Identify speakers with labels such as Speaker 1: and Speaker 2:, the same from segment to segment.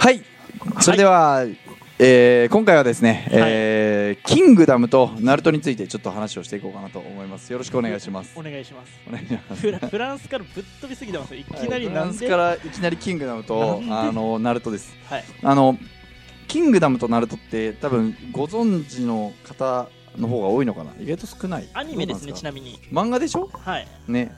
Speaker 1: はい、それでは、えー今回はですね、えーキングダムとナルトについてちょっと話をしていこうかなと思います。よろしくお願いします。
Speaker 2: お願いします
Speaker 1: お願いします。
Speaker 2: フラフランスからぶっ飛びすぎてますいきなり
Speaker 1: フ
Speaker 2: な
Speaker 1: ラン
Speaker 2: ん
Speaker 1: ス
Speaker 2: で、
Speaker 1: か
Speaker 2: はい
Speaker 1: らいきなりキングダムとあのナルトです。
Speaker 2: はい、
Speaker 1: あのキングダムとナルトって多分ご存知の方の方が多いのかな。意外と少ない。
Speaker 2: アニメですねち
Speaker 1: どう
Speaker 2: なみに
Speaker 1: なん漫画でしょ？
Speaker 2: はい
Speaker 1: ね。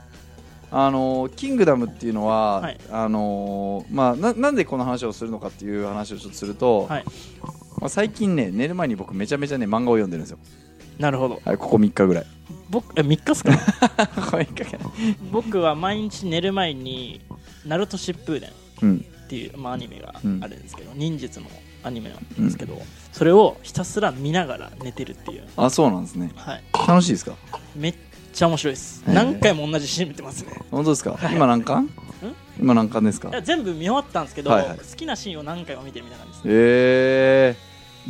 Speaker 1: あのキングダムっていうのは、
Speaker 2: はい
Speaker 1: あのまあ、ななんでこの話をするのかっていう話をちょっとすると、
Speaker 2: はい
Speaker 1: まあ、最近ね寝る前に僕めちゃめちゃね漫画を読んでるんですよ、
Speaker 2: なるほど
Speaker 1: はい、ここ3日ぐらい
Speaker 2: 僕え3日っすか
Speaker 1: ここ3日ぐらい
Speaker 2: 僕は毎日寝る前に「ナルト疾風伝」
Speaker 1: うん
Speaker 2: っていう、まあ、アニメが
Speaker 1: うん
Speaker 2: あるんですけど、忍術のアニメなんですけど、それをひたすら見ながら寝てるっていう
Speaker 1: あそうなんですね
Speaker 2: はい
Speaker 1: 楽しいですか
Speaker 2: めっちゃ面白いです、
Speaker 1: へー
Speaker 2: 何回も同じシーン見てますね
Speaker 1: 本当ですか、今何巻今何巻ですか
Speaker 2: いや全部見終わったんですけど、
Speaker 1: はいはい
Speaker 2: 好きなシーンを何回も見てるみたいな感じですね
Speaker 1: え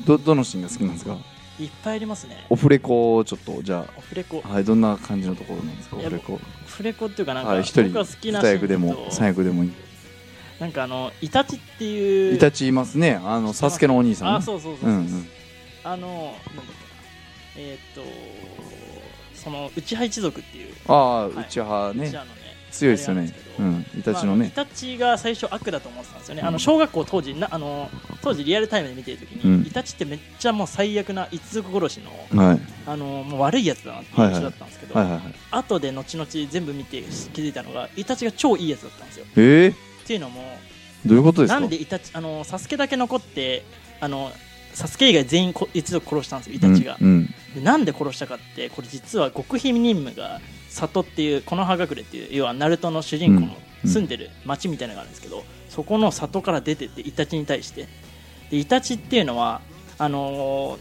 Speaker 1: ー、どどのシーンが好きなんですか
Speaker 2: いっぱいありますね
Speaker 1: オフレコをちょっとじゃ
Speaker 2: オフレコ
Speaker 1: あはいどんな感じのところなんですかオ
Speaker 2: い
Speaker 1: フ
Speaker 2: や
Speaker 1: レコ
Speaker 2: オフレコっていうかなんか、
Speaker 1: はい一人
Speaker 2: 僕は好きな
Speaker 1: 二役でも
Speaker 2: シーン
Speaker 1: 三
Speaker 2: と
Speaker 1: 役でもいい
Speaker 2: なんかあのイタチっていう
Speaker 1: イタチいますねあのサスケのお兄さん、ね、
Speaker 2: あそうそうそうそう、
Speaker 1: うんうん
Speaker 2: あのなんだっけなえーっとその内派一族っていう
Speaker 1: ああ
Speaker 2: い
Speaker 1: 内派
Speaker 2: う
Speaker 1: ね
Speaker 2: ちわのね
Speaker 1: 強いですよねう
Speaker 2: あれなん
Speaker 1: んイタチの
Speaker 2: まあイ
Speaker 1: ね、
Speaker 2: タチが最初悪だと思ってたんですよね、あ
Speaker 1: うん
Speaker 2: の小学校当時なあの当時リアルタイムで見てる時に、
Speaker 1: うん
Speaker 2: イタチってめっちゃもう最悪な一族殺しの
Speaker 1: はい
Speaker 2: あのもう悪いやつだなっていう印象だったんですけど、
Speaker 1: はいはいはい
Speaker 2: 後で後々全部見て気づいたのがイタチが超いいやつだったんですよ
Speaker 1: えー、
Speaker 2: っていうのも
Speaker 1: どういうことです
Speaker 2: な
Speaker 1: か
Speaker 2: んでイタチあのサスケだけ残ってあのサスケ以外全員こ一族殺したんですよイタチが、
Speaker 1: うんうん
Speaker 2: でなんで殺したかってこれ実は極秘任務が里っていうこの葉隠れっていう要はナルトの主人公の
Speaker 1: うん
Speaker 2: 住んでる町みたいなのがあるんですけど、そこの里から出てってイタチに対してでイタチっていうのはあの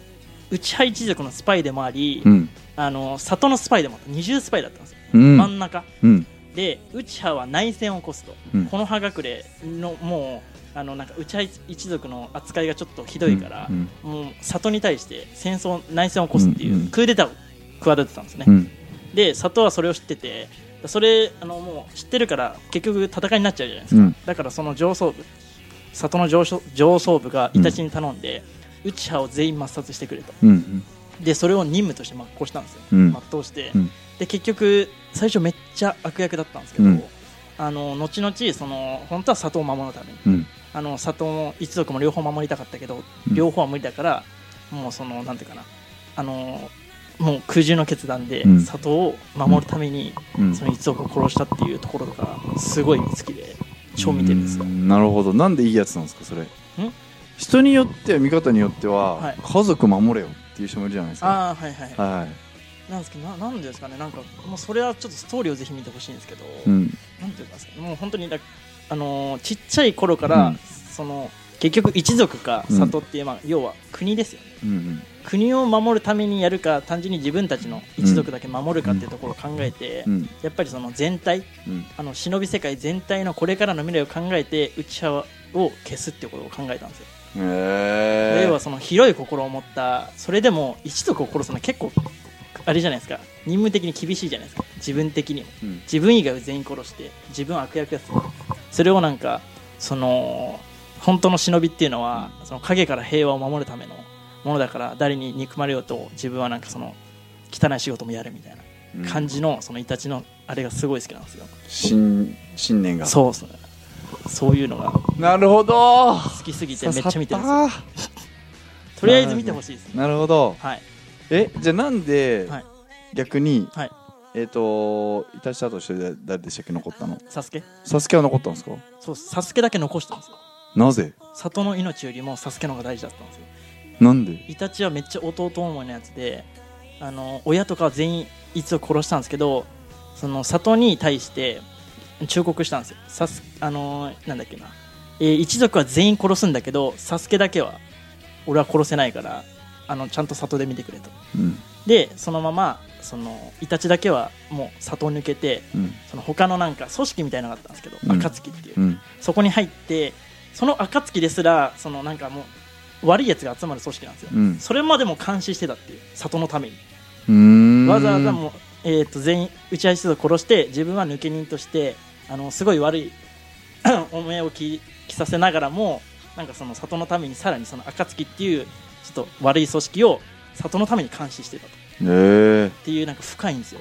Speaker 2: ー、内派一族のスパイでもあり、
Speaker 1: うん
Speaker 2: あのー里のスパイでもあった二重スパイだったんですよ、
Speaker 1: うん
Speaker 2: 真ん中
Speaker 1: うん
Speaker 2: で内派は内戦を起こすと、
Speaker 1: うん
Speaker 2: この葉隠れのもうあのなんか内派一族の扱いがちょっとひどいから、
Speaker 1: うん
Speaker 2: もう里に対して戦争内戦を起こすっていううんクーデターを企ててたんですね、
Speaker 1: うん
Speaker 2: で里はそれを知っててそれあのもう知ってるから結局戦いになっちゃうじゃないです
Speaker 1: う
Speaker 2: か、
Speaker 1: ん
Speaker 2: だからその上層部里の上層上層部がイタチに頼んで、内派を全員抹殺してくれと
Speaker 1: うん
Speaker 2: でそれを任務として全うしたんですよ、
Speaker 1: うん
Speaker 2: 全うして、
Speaker 1: うん
Speaker 2: で結局最初めっちゃ悪役だったんですけど、
Speaker 1: うん
Speaker 2: あの後々その本当は里を守るために
Speaker 1: うん
Speaker 2: あの里も一族も両方守りたかったけど、
Speaker 1: うん
Speaker 2: 両方は無理だからもうそのなんていうかなあのもう空中の決断で
Speaker 1: うん
Speaker 2: 里を守るために、
Speaker 1: うん
Speaker 2: その一族を殺したっていうところとかすごい好きで超見てるんですよ
Speaker 1: うんなるほどなんでいいやつなんですかそれ人によっては見方によっては、
Speaker 2: はい
Speaker 1: 家族守れよっていう人もいるじゃないですか
Speaker 2: ああはいはい、
Speaker 1: は
Speaker 2: なんですけどななんでですかねなんかもうそれはちょっとストーリーをぜひ見てほしいんですけど、
Speaker 1: い、うん、
Speaker 2: なんていうんですかねもう本当にだあのーちっちゃい頃か
Speaker 1: う
Speaker 2: ら
Speaker 1: ん
Speaker 2: その結局一族か里っていう、まあ要は国ですよね
Speaker 1: うんうん
Speaker 2: 国を守るためにやるか単純に自分たちの一族だけ守るかっていうところを考えて、
Speaker 1: うん
Speaker 2: やっぱりその全体
Speaker 1: うん
Speaker 2: あの忍び世界全体のこれからの未来を考えて内派を消すっていうことを考えたんですよ、
Speaker 1: へえ
Speaker 2: 要はその広い心を持ったそれでも一族を殺すのは結構あれじゃないですか任務的に厳しいじゃないですか自分的にも
Speaker 1: うん
Speaker 2: 自分以外を全員殺して自分は悪役やつそれをなんかその本当の忍びっていうのはその影から平和を守るためのものだから誰に憎まれようと自分はなんかその汚い仕事もやるみたいな感じのそのイタチのあれがすごい好きなんですよ
Speaker 1: 信信念が
Speaker 2: そうそうそういうのが好
Speaker 1: なるほど
Speaker 2: きすぎて
Speaker 1: 刺さ
Speaker 2: めっ
Speaker 1: った
Speaker 2: ちゃ見てるんですよとりあえず見てほしいですね
Speaker 1: なるほど
Speaker 2: はい
Speaker 1: えじゃあなんで、
Speaker 2: はい
Speaker 1: 逆に、
Speaker 2: はい
Speaker 1: えっ、といたしたとして誰誰でしたっけ残ったの
Speaker 2: サスケ
Speaker 1: サスケは残ったんですか
Speaker 2: そうサスケだけ残したんですよ
Speaker 1: なぜ
Speaker 2: 里の命よりもサスケの方が大事だったんですよ
Speaker 1: なんで
Speaker 2: イタチはめっちゃ弟思いのやつであの親とかは全員一族殺したんですけどその里に対して忠告したんですよサスあのなんだっけな、えー一族は全員殺すんだけどサスケだけは俺は殺せないからあのちゃんと里で見てくれと
Speaker 1: うん
Speaker 2: でそのままそのイタチだけはもう里を抜けて
Speaker 1: うん
Speaker 2: その他のなんか組織みたいなのがあったんですけど、
Speaker 1: うん
Speaker 2: 暁っていう
Speaker 1: うん
Speaker 2: そこに入ってその暁ですらそのなんかもう悪いやつが集まる組織なんですよ、
Speaker 1: うん
Speaker 2: それまでも監視してたっていう里のために
Speaker 1: うーん
Speaker 2: わざわざもう、えー、と全員内橋一族殺して自分は 抜け人としてあのすごい悪いお目をき着させながらもなんかその里のためにさらにその暁っていうちょっと悪い組織を里のために監視してたとっ
Speaker 1: え
Speaker 2: ていうなんか深いんですよ、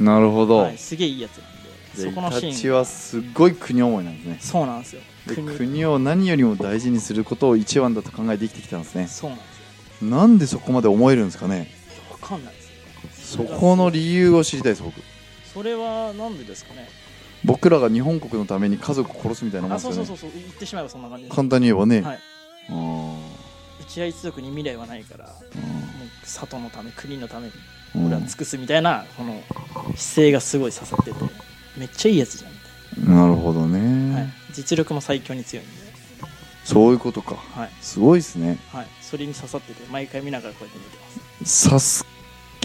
Speaker 1: ー、なるほど、
Speaker 2: はい、すげえいいやつなんで
Speaker 1: で
Speaker 2: そこのシ
Speaker 1: イタチ
Speaker 2: ーン
Speaker 1: はすごい国思いなんですね
Speaker 2: そうなんですよ
Speaker 1: で
Speaker 2: 国
Speaker 1: 国を何よりも大事にすることを一番だと考えて生きてきたんですね
Speaker 2: そうなんですよ
Speaker 1: なんでそこまで思えるんですかね
Speaker 2: わかんないですよ
Speaker 1: そこの理由を知りたいです僕
Speaker 2: それはなんでですかね
Speaker 1: 僕らが日本国のために家族を殺すみたいなもん
Speaker 2: あ
Speaker 1: です
Speaker 2: そ
Speaker 1: よ
Speaker 2: う
Speaker 1: ね
Speaker 2: そうそうそう言ってしまえばそんな感じです
Speaker 1: 簡単に言えばね、
Speaker 2: はい
Speaker 1: あー
Speaker 2: 内輪一族に未来はないからも
Speaker 1: あ
Speaker 2: う里のため国のために
Speaker 1: ー
Speaker 2: 俺は尽くすみたいなこの姿勢がすごい刺さっててめっちゃいいやつじゃんみ
Speaker 1: うんなるほど
Speaker 2: たい
Speaker 1: ね、
Speaker 2: な、はい、実力も最強に強いんで
Speaker 1: そういうことか
Speaker 2: はい
Speaker 1: すごいですね
Speaker 2: はいそれに刺さってて毎回見ながらこうやって見てます
Speaker 1: サス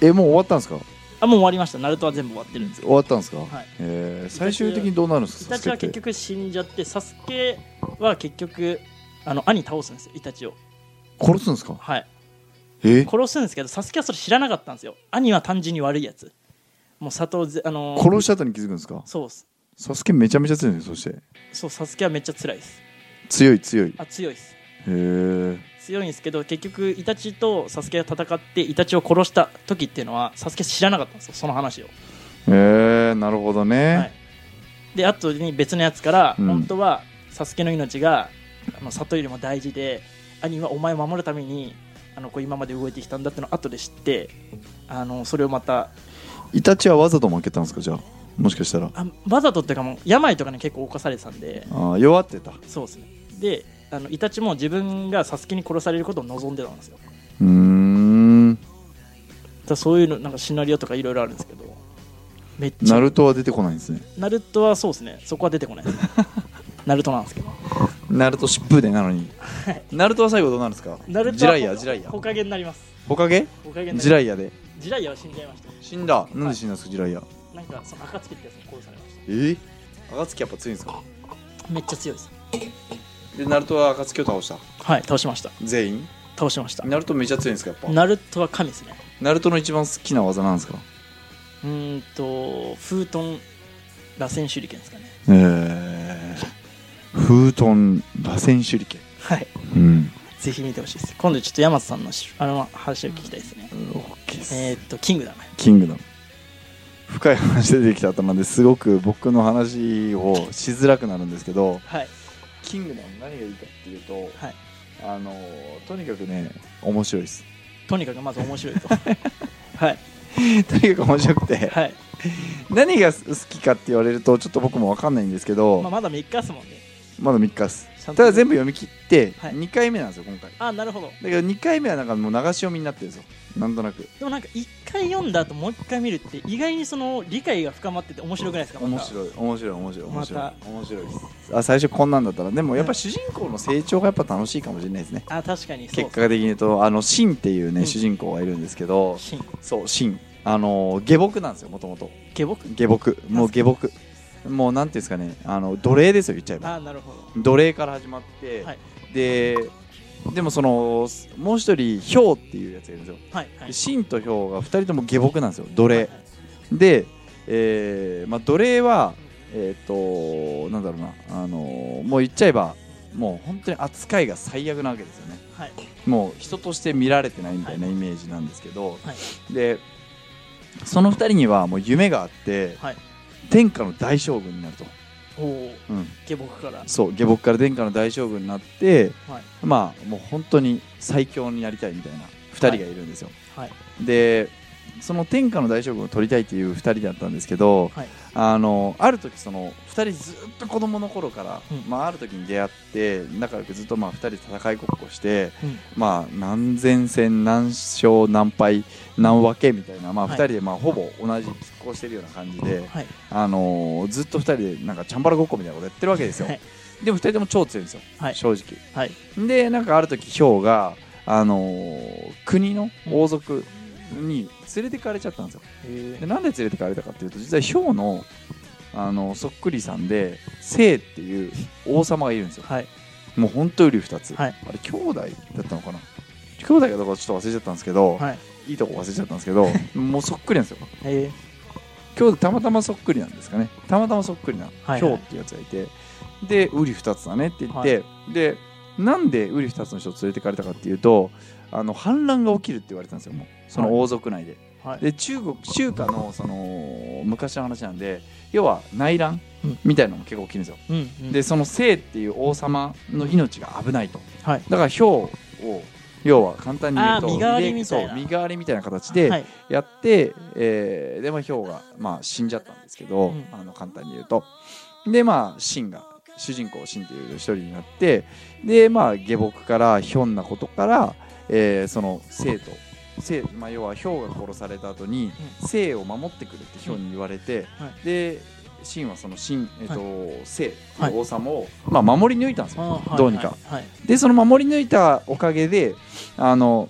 Speaker 1: えもう終わったんですか
Speaker 2: あもう終わりましたナルトは全部終わってるんですよ
Speaker 1: 終わったんですか、
Speaker 2: はい
Speaker 1: えー最終的にどうなるんです
Speaker 2: イ
Speaker 1: か
Speaker 2: タチは
Speaker 1: サスケっ
Speaker 2: 結
Speaker 1: て
Speaker 2: 局死んじゃってサスケは結局あの兄倒すんですよイタチを
Speaker 1: 殺すんですか
Speaker 2: はい
Speaker 1: え
Speaker 2: 殺すんですけどサスケはそれ知らなかったんですよ兄は単純に悪いやつもう佐藤ぜあのー
Speaker 1: 殺した後に気づくんですか
Speaker 2: そうっす
Speaker 1: サスケめちゃめちゃ強いねそして
Speaker 2: そうサスケはめっちゃ辛いです
Speaker 1: 強い強いへ
Speaker 2: あ強いです
Speaker 1: え
Speaker 2: 強いんですけど結局イタチとサスケが戦ってイタチを殺した時っていうのはサスケ知らなかったんですよその話を、
Speaker 1: えー、なるほど
Speaker 2: は
Speaker 1: ね
Speaker 2: い、で後に別のやつから、
Speaker 1: うん
Speaker 2: 本当はサスケの命があの里よりも大事で兄はお前を守るためにあのこう今まで動いてきたんだってのを後で知ってあのそれをまた
Speaker 1: イタチはわざと負けたんですかじゃあもしかしたら
Speaker 2: あわざとっていうかもう病とかに結構侵されてたんで
Speaker 1: あー弱ってたう
Speaker 2: そうですねであのイタチも自分がサスケに殺されることを望んでたんですよだか
Speaker 1: ーん
Speaker 2: らそういうのなんかシナリオとかいろいろあるんですけどめっちゃ
Speaker 1: ナルトは出てこないんですね
Speaker 2: ナルトはそうですねそこは出てこないですねナルトなんですけど
Speaker 1: ナルト疾風伝なのにナルトは最後どうなるんですか
Speaker 2: ナルト
Speaker 1: ジ
Speaker 2: は
Speaker 1: ライヤジライヤ
Speaker 2: 木陰になります
Speaker 1: ほかげ
Speaker 2: 木陰になります
Speaker 1: ジライヤで
Speaker 2: ジライヤは死んじゃいました
Speaker 1: 死んだなんで死んだんですかジライヤ
Speaker 2: なんかその暁ってやつに殺されまし
Speaker 1: えー、暁やっぱ強いんですか
Speaker 2: ためっちゃ強いです
Speaker 1: でナルトは暁を倒した
Speaker 2: はい倒しました
Speaker 1: 全員
Speaker 2: 倒しました
Speaker 1: ナルトめちゃ強いんですかやっぱ
Speaker 2: ナルトは神ですね
Speaker 1: ナルトの一番好きな技なんですか
Speaker 2: うーんとフートン螺旋手裏剣ですかね
Speaker 1: えー、フートン螺旋手裏剣
Speaker 2: はい
Speaker 1: うん
Speaker 2: ぜひ見てほしいです今度ちょっと山津さんのしあの話を聞きたいですね
Speaker 1: オッケーです
Speaker 2: えーっとキングダム
Speaker 1: キングダム深い話出てきた後なんですごく僕の話をしづらくなるんですけど
Speaker 2: はい
Speaker 1: キングダム何がいいかっていうと、
Speaker 2: はい
Speaker 1: あのとにかくね面白いです
Speaker 2: とにかくまず面白いと はい
Speaker 1: とにかく面白く て
Speaker 2: はい、
Speaker 1: 何が好きかって言われるとちょっと僕も分かんないんですけど、
Speaker 2: まあ、まだ3日ですもんね
Speaker 1: まだ3日っす
Speaker 2: ちゃ
Speaker 1: た
Speaker 2: んと
Speaker 1: だ全部読み切って
Speaker 2: はい
Speaker 1: 2回目なんですよ今回
Speaker 2: あなるほど
Speaker 1: だけど2回目はなんかもう流し読みになってるんですよなんとなく
Speaker 2: でもなんか一回読んだ後もう一回見るって意外にその理解が深まってて面白くないですか、また、
Speaker 1: 面白い面白い面白い面白い、
Speaker 2: ま
Speaker 1: 面白いですあ最初こんなんだったらでもやっぱ主人公の成長がやっぱ楽しいかもしれないですね
Speaker 2: あ確かにそう
Speaker 1: 結果的に言うとあのシンっていうね、
Speaker 2: うん
Speaker 1: 主人公がいるんですけど
Speaker 2: シン
Speaker 1: そうシンあの下僕なんですよもともと
Speaker 2: 下僕
Speaker 1: 下僕もう下僕もうなんていうんですかねあの奴隷ですよ言っちゃえば
Speaker 2: あなるほど
Speaker 1: 奴隷から始まって、
Speaker 2: はい
Speaker 1: ででもそのもう一人ヒョウっていうやつがいるんですよ
Speaker 2: はいはい
Speaker 1: でシンとヒョウが2人とも下僕なんですよ奴隷で、えーまあ、奴隷はえっ、となんだろうな、あのーもう言っちゃえばもう本当に扱いが最悪なわけですよね
Speaker 2: はい
Speaker 1: もう人として見られてないみたいなイメージなんですけど、
Speaker 2: は
Speaker 1: でその2人にはもう夢があって、
Speaker 2: はい
Speaker 1: 天下の大将軍になると、
Speaker 2: おお
Speaker 1: うん、
Speaker 2: 下僕から
Speaker 1: そう下僕から天下の大将軍になって
Speaker 2: はい
Speaker 1: まあもう本当に最強になりたいみたいな2人がいるんですよ、
Speaker 2: はい
Speaker 1: でその天下の大将軍を取りたいっていう2人だったんですけど、
Speaker 2: はい
Speaker 1: あのある時その2人ずっと子供の頃から、
Speaker 2: うん
Speaker 1: まあ、ある時に出会って仲良くずっとまあ2人で戦いごっこして、
Speaker 2: うん
Speaker 1: まあ、何千戦何勝何敗何分けみたいな、まあ、2
Speaker 2: はい
Speaker 1: 人でまあほぼ同じ拮抗してるような感じで、
Speaker 2: はい
Speaker 1: あのーずっと2人でなんかチャンバラごっこみたいなことやってるわけですよ、
Speaker 2: はい
Speaker 1: でも2人とも超強いんですよ、
Speaker 2: はい
Speaker 1: 正直
Speaker 2: はい
Speaker 1: でなんかある時ヒョウが、あのー国の王族に連れてかれちゃったんですよ
Speaker 2: え
Speaker 1: でなんで連れてかれたかっていうと実はヒョウのあのそっくりさんで聖っていう王様がいるんですよ
Speaker 2: はい
Speaker 1: もう本当より2つ、
Speaker 2: はい
Speaker 1: あれ兄弟だったのかな兄弟かどうかちょっと忘れちゃったんですけど、
Speaker 2: はい
Speaker 1: い、いとこ忘れちゃったんですけ どもうそっくりなんですよ
Speaker 2: え
Speaker 1: 兄弟たまたまそっくりなんですかねたまたまそっくりな
Speaker 2: はい
Speaker 1: ヒョウっていうやつがいて、でウリ2つだねって言って、でなんでウリ二つの人を連れてかれたかっていうとあの反乱が起きるって言われてたんですよもうその王族内で、
Speaker 2: はい
Speaker 1: で中国中華のその昔の話なんで要は内乱みたいなのも結構起きるんですよ、
Speaker 2: うんうん
Speaker 1: でその姓っていう王様の命が危ないと
Speaker 2: はい
Speaker 1: だから兵を要は簡単に言うと
Speaker 2: あー身代わりみたいな
Speaker 1: そう身代わりみたいな形
Speaker 2: は
Speaker 1: で
Speaker 2: い
Speaker 1: やって、えーでまあ兵が、まあ、死んじゃったんですけど、
Speaker 2: うん
Speaker 1: あの簡単に言うとでまあ秦が主人公秦っていう一人になってでまあ下僕からひょんなことから、えーその生徒生まあ、要は兵が殺された後に生を守ってくれって兵に言われて、
Speaker 2: うんは
Speaker 1: で秦はその秦、えっと生
Speaker 2: はい
Speaker 1: 王様を、まあ、守り抜いたんですよ、
Speaker 2: あーはい
Speaker 1: どうにか
Speaker 2: はい
Speaker 1: でその守り抜いたおかげであの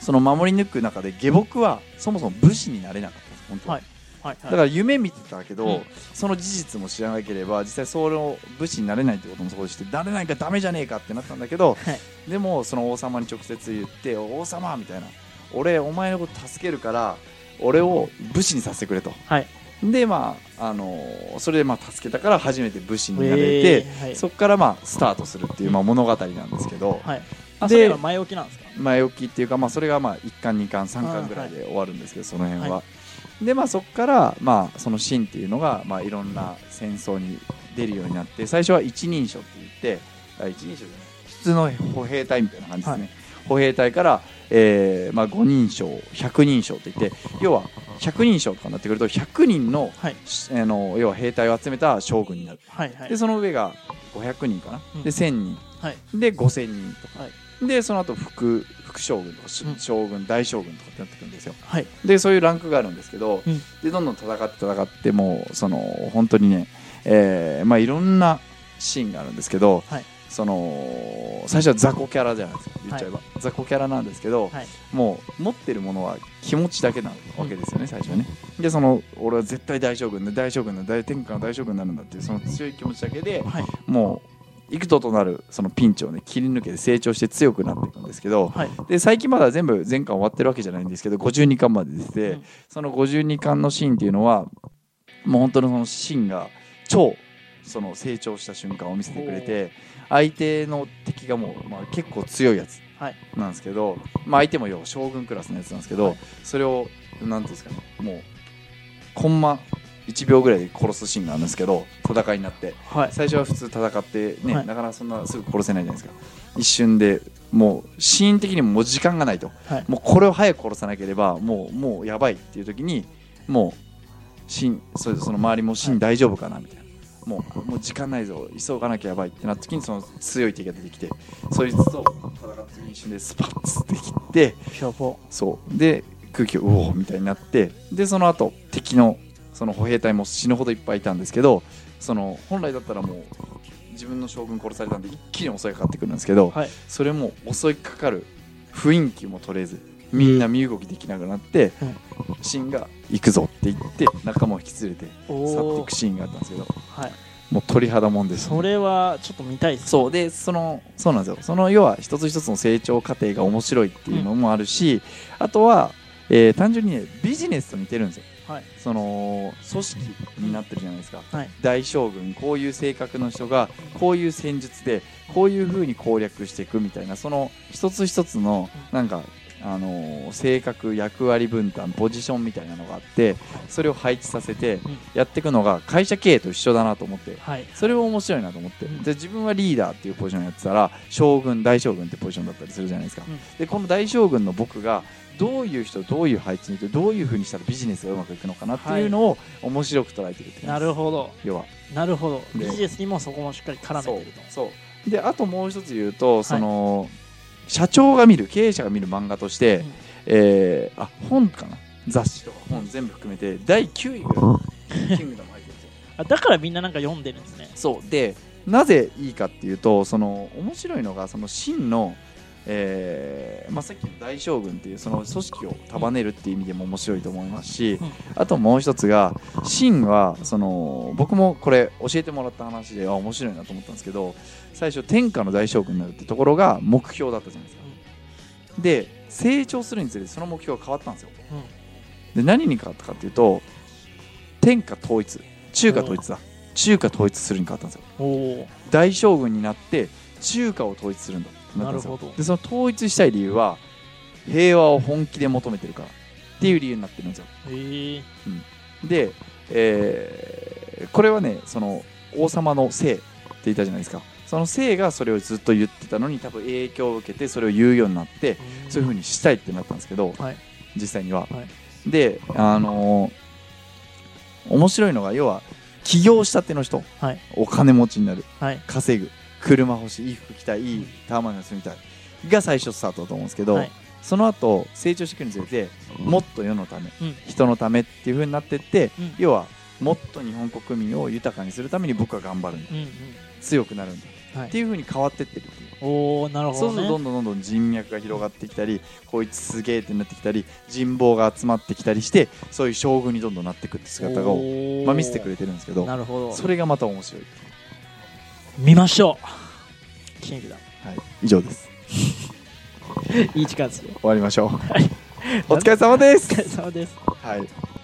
Speaker 1: その守り抜く中で下僕はそもそも武士になれなかったんです本当は、
Speaker 2: はいはい
Speaker 1: だか
Speaker 2: は
Speaker 1: ら
Speaker 2: い
Speaker 1: 夢見てたけど、
Speaker 2: うん
Speaker 1: その事実も知らなければ実際その武士になれないってこともそうしてなれないからダメじゃねえかってなったんだけど、
Speaker 2: はい
Speaker 1: でもその王様に直接言って「王様!」みたいな「俺お前のこと助けるから俺を武士にさせてくれと」
Speaker 2: はい
Speaker 1: でまあ、あのそれでまあ助けたから初めて武士になれて、
Speaker 2: えーはい
Speaker 1: そこからまあスタートするっていうまあ物語なんですけど、
Speaker 2: はい
Speaker 1: で
Speaker 2: あそれは前置きなんですか
Speaker 1: 前置きっていうか、まあ、それがまあ1巻2巻3巻ぐらいで終わるんですけどその辺は。
Speaker 2: は
Speaker 1: でまあそこから、まあ、そのシーンっていうのが、まあ、いろんな戦争に出るようになって最初は一人称って言ってあ一人称じゃない普通の歩兵隊みたいな感じですね、歩兵隊から、えーまあ、5人称100人称って言って要は100人称とかになってくると100人の,、
Speaker 2: はい
Speaker 1: あの要は兵隊を集めた将軍になる。
Speaker 2: はいはい
Speaker 1: でその上が500人かな、
Speaker 2: うん
Speaker 1: で1000人、
Speaker 2: はい
Speaker 1: で5000人とか、
Speaker 2: は
Speaker 1: でその後副副将軍とかし、
Speaker 2: うん
Speaker 1: 将軍大将軍とかってなってくるんですよ
Speaker 2: はい
Speaker 1: でそういうランクがあるんですけど、
Speaker 2: うん
Speaker 1: でどんどん戦って戦ってもうその本当にね、えーまあ、いろんなシーンがあるんですけど、
Speaker 2: はい
Speaker 1: その最初は雑魚キャラじゃないですか言っちゃえば、雑魚キャラなんですけど、
Speaker 2: はい
Speaker 1: もう持ってるものは気持ちだけなわけですよね、最初はねでその俺は絶対大将軍で大将軍で大天下の大将軍になるんだっていうその強い気持ちだけで
Speaker 2: はい
Speaker 1: もう幾度となるそのピンチをね切り抜けて成長して強くなっていくんですけど
Speaker 2: はい
Speaker 1: で最近まだ全部全巻終わってるわけじゃないんですけど52巻まで出てて、
Speaker 2: うん
Speaker 1: その52巻のシーンっていうのはもう本当にそのシーンが超その成長した瞬間を見せてくれて相手の敵がもう、まあ、結構強いやつ
Speaker 2: はい
Speaker 1: なんですけど、まあ、相手も要は将軍クラスのやつなんですけど、それをなんていうんですかねもうコンマ1秒ぐらいで殺すシーンがあるんですけど戦いになって
Speaker 2: はい
Speaker 1: 最初は普通戦ってね、
Speaker 2: はい
Speaker 1: なかなかそんなすぐ殺せないじゃないですか一瞬でもうシーン的にももう時間がないと
Speaker 2: はい
Speaker 1: もうこれを早く殺さなければもうもうやばいっていう時にもうシーンそその周りもシーン大丈夫かなみたいな。もうもう時間ないぞ急がなきゃやばいってなった時にその強い敵が出てきてそいつと戦った時に一瞬でスパッつって切って
Speaker 2: 消防
Speaker 1: そうで空気をうおーみたいになってでその後敵のその歩兵隊も死ぬほどいっぱいいたんですけどその本来だったらもう自分の将軍殺されたんで一気に襲いかかってくるんですけど、
Speaker 2: はい
Speaker 1: それも襲いかかる雰囲気も取れずみんな身動きできなくなって、
Speaker 2: うん
Speaker 1: シンが「行くぞ」って言って仲間を引き連れて去ってい
Speaker 2: おお
Speaker 1: くシーンがあったんですけど
Speaker 2: はい
Speaker 1: もう鳥肌もんです
Speaker 2: それはちょっと見たいです
Speaker 1: そうでそのそうなんですよその要は一つ一つの成長過程が面白いっていうのもあるし、あとは、えー単純にねビジネスと似てるんですよ
Speaker 2: はい
Speaker 1: その組織になってるじゃないですか、
Speaker 2: はい
Speaker 1: 大将軍こういう性格の人がこういう戦術でこういうふうに攻略していくみたいなその一つ一つのなんか、あのー性格役割分担ポジションみたいなのがあってそれを配置させて
Speaker 2: ん
Speaker 1: やっていくのが会社経営と一緒だなと思って
Speaker 2: はい
Speaker 1: それも面白いなと思って、
Speaker 2: うん
Speaker 1: で自分はリーダーっていうポジションやってたら将軍大将軍ってポジションだったりするじゃないですか、
Speaker 2: うん
Speaker 1: でこの大将軍の僕がどういう人どういう配置にいてどういうふうにしたらビジネスがうまくいくのかなっていうのを面白く捉えてるって感じ
Speaker 2: なるほど
Speaker 1: 要は
Speaker 2: なるほど
Speaker 1: で
Speaker 2: ビジネスにもそこもしっかり絡めてると
Speaker 1: そうそうであともう一つ言うとその、社長が見る経営者が見る漫画として、
Speaker 2: うん
Speaker 1: えーあ本かな雑誌とか本全部含めて第9位ぐ らいキングダム入ってるんですよ
Speaker 2: あだからみんななんか読んでるんですね
Speaker 1: そうでなぜいいかっていうとその面白いのがその真の、えーまあ、さっきの大将軍っていうその組織を束ねるっていう意味でも面白いと思いますし
Speaker 2: うん
Speaker 1: あともう一つが真はその僕もこれ教えてもらった話であ面白いなと思ったんですけど最初天下の大将軍になるってところが目標だったじゃないですか。で成長するにつれてその目標が変わったんですよ。
Speaker 2: うん
Speaker 1: で何に変わったかっていうと天下統一中華統一だ中華統一するに変わったんですよ。
Speaker 2: おお
Speaker 1: 大将軍になって中華を統一するんだってったんですよ
Speaker 2: なるほど
Speaker 1: でその統一したい理由は平和を本気で求めてるからっていう理由になってるんですよ
Speaker 2: ええ
Speaker 1: で、えーこれはねその王様の姓って言ったじゃないですかその姓がそれをずっと言ってたのに多分影響を受けてそれを言うようになってそういうふうにしたいってなったんですけど、
Speaker 2: はい
Speaker 1: 実際には、
Speaker 2: は
Speaker 1: であのー面白いのが要は起業したての人、
Speaker 2: はい
Speaker 1: お金持ちになる
Speaker 2: はい
Speaker 1: 稼ぐ車欲しいいい服着たいいいタワマンに住みたいが最初スタートだと思うんですけど、
Speaker 2: はい
Speaker 1: その後成長していくにつれてもっと世のため、
Speaker 2: うん
Speaker 1: 人のためっていう風になってって、
Speaker 2: うん
Speaker 1: 要はもっと日本国民を豊かにするために僕は頑張るんだ
Speaker 2: うんうん
Speaker 1: 強くなるんだ、
Speaker 2: はい
Speaker 1: っていう風に変わってってるっていう
Speaker 2: おおなる
Speaker 1: そ
Speaker 2: ほ
Speaker 1: うするとど
Speaker 2: どね
Speaker 1: んどんどんどん人脈が広がってきたりこいつすげえってなってきたり人望が集まってきたりしてそういう将軍にどんどんなってくって姿を、
Speaker 2: おー
Speaker 1: まあ、見せてくれてるんですけど
Speaker 2: なるほ
Speaker 1: そ
Speaker 2: ど
Speaker 1: れがまた面白い、
Speaker 2: 見ましょう筋肉だ
Speaker 1: はい、以上です
Speaker 2: いい時間ですよ
Speaker 1: 終わりましょうお疲れ様で
Speaker 2: お疲れ
Speaker 1: す
Speaker 2: 様です
Speaker 1: はい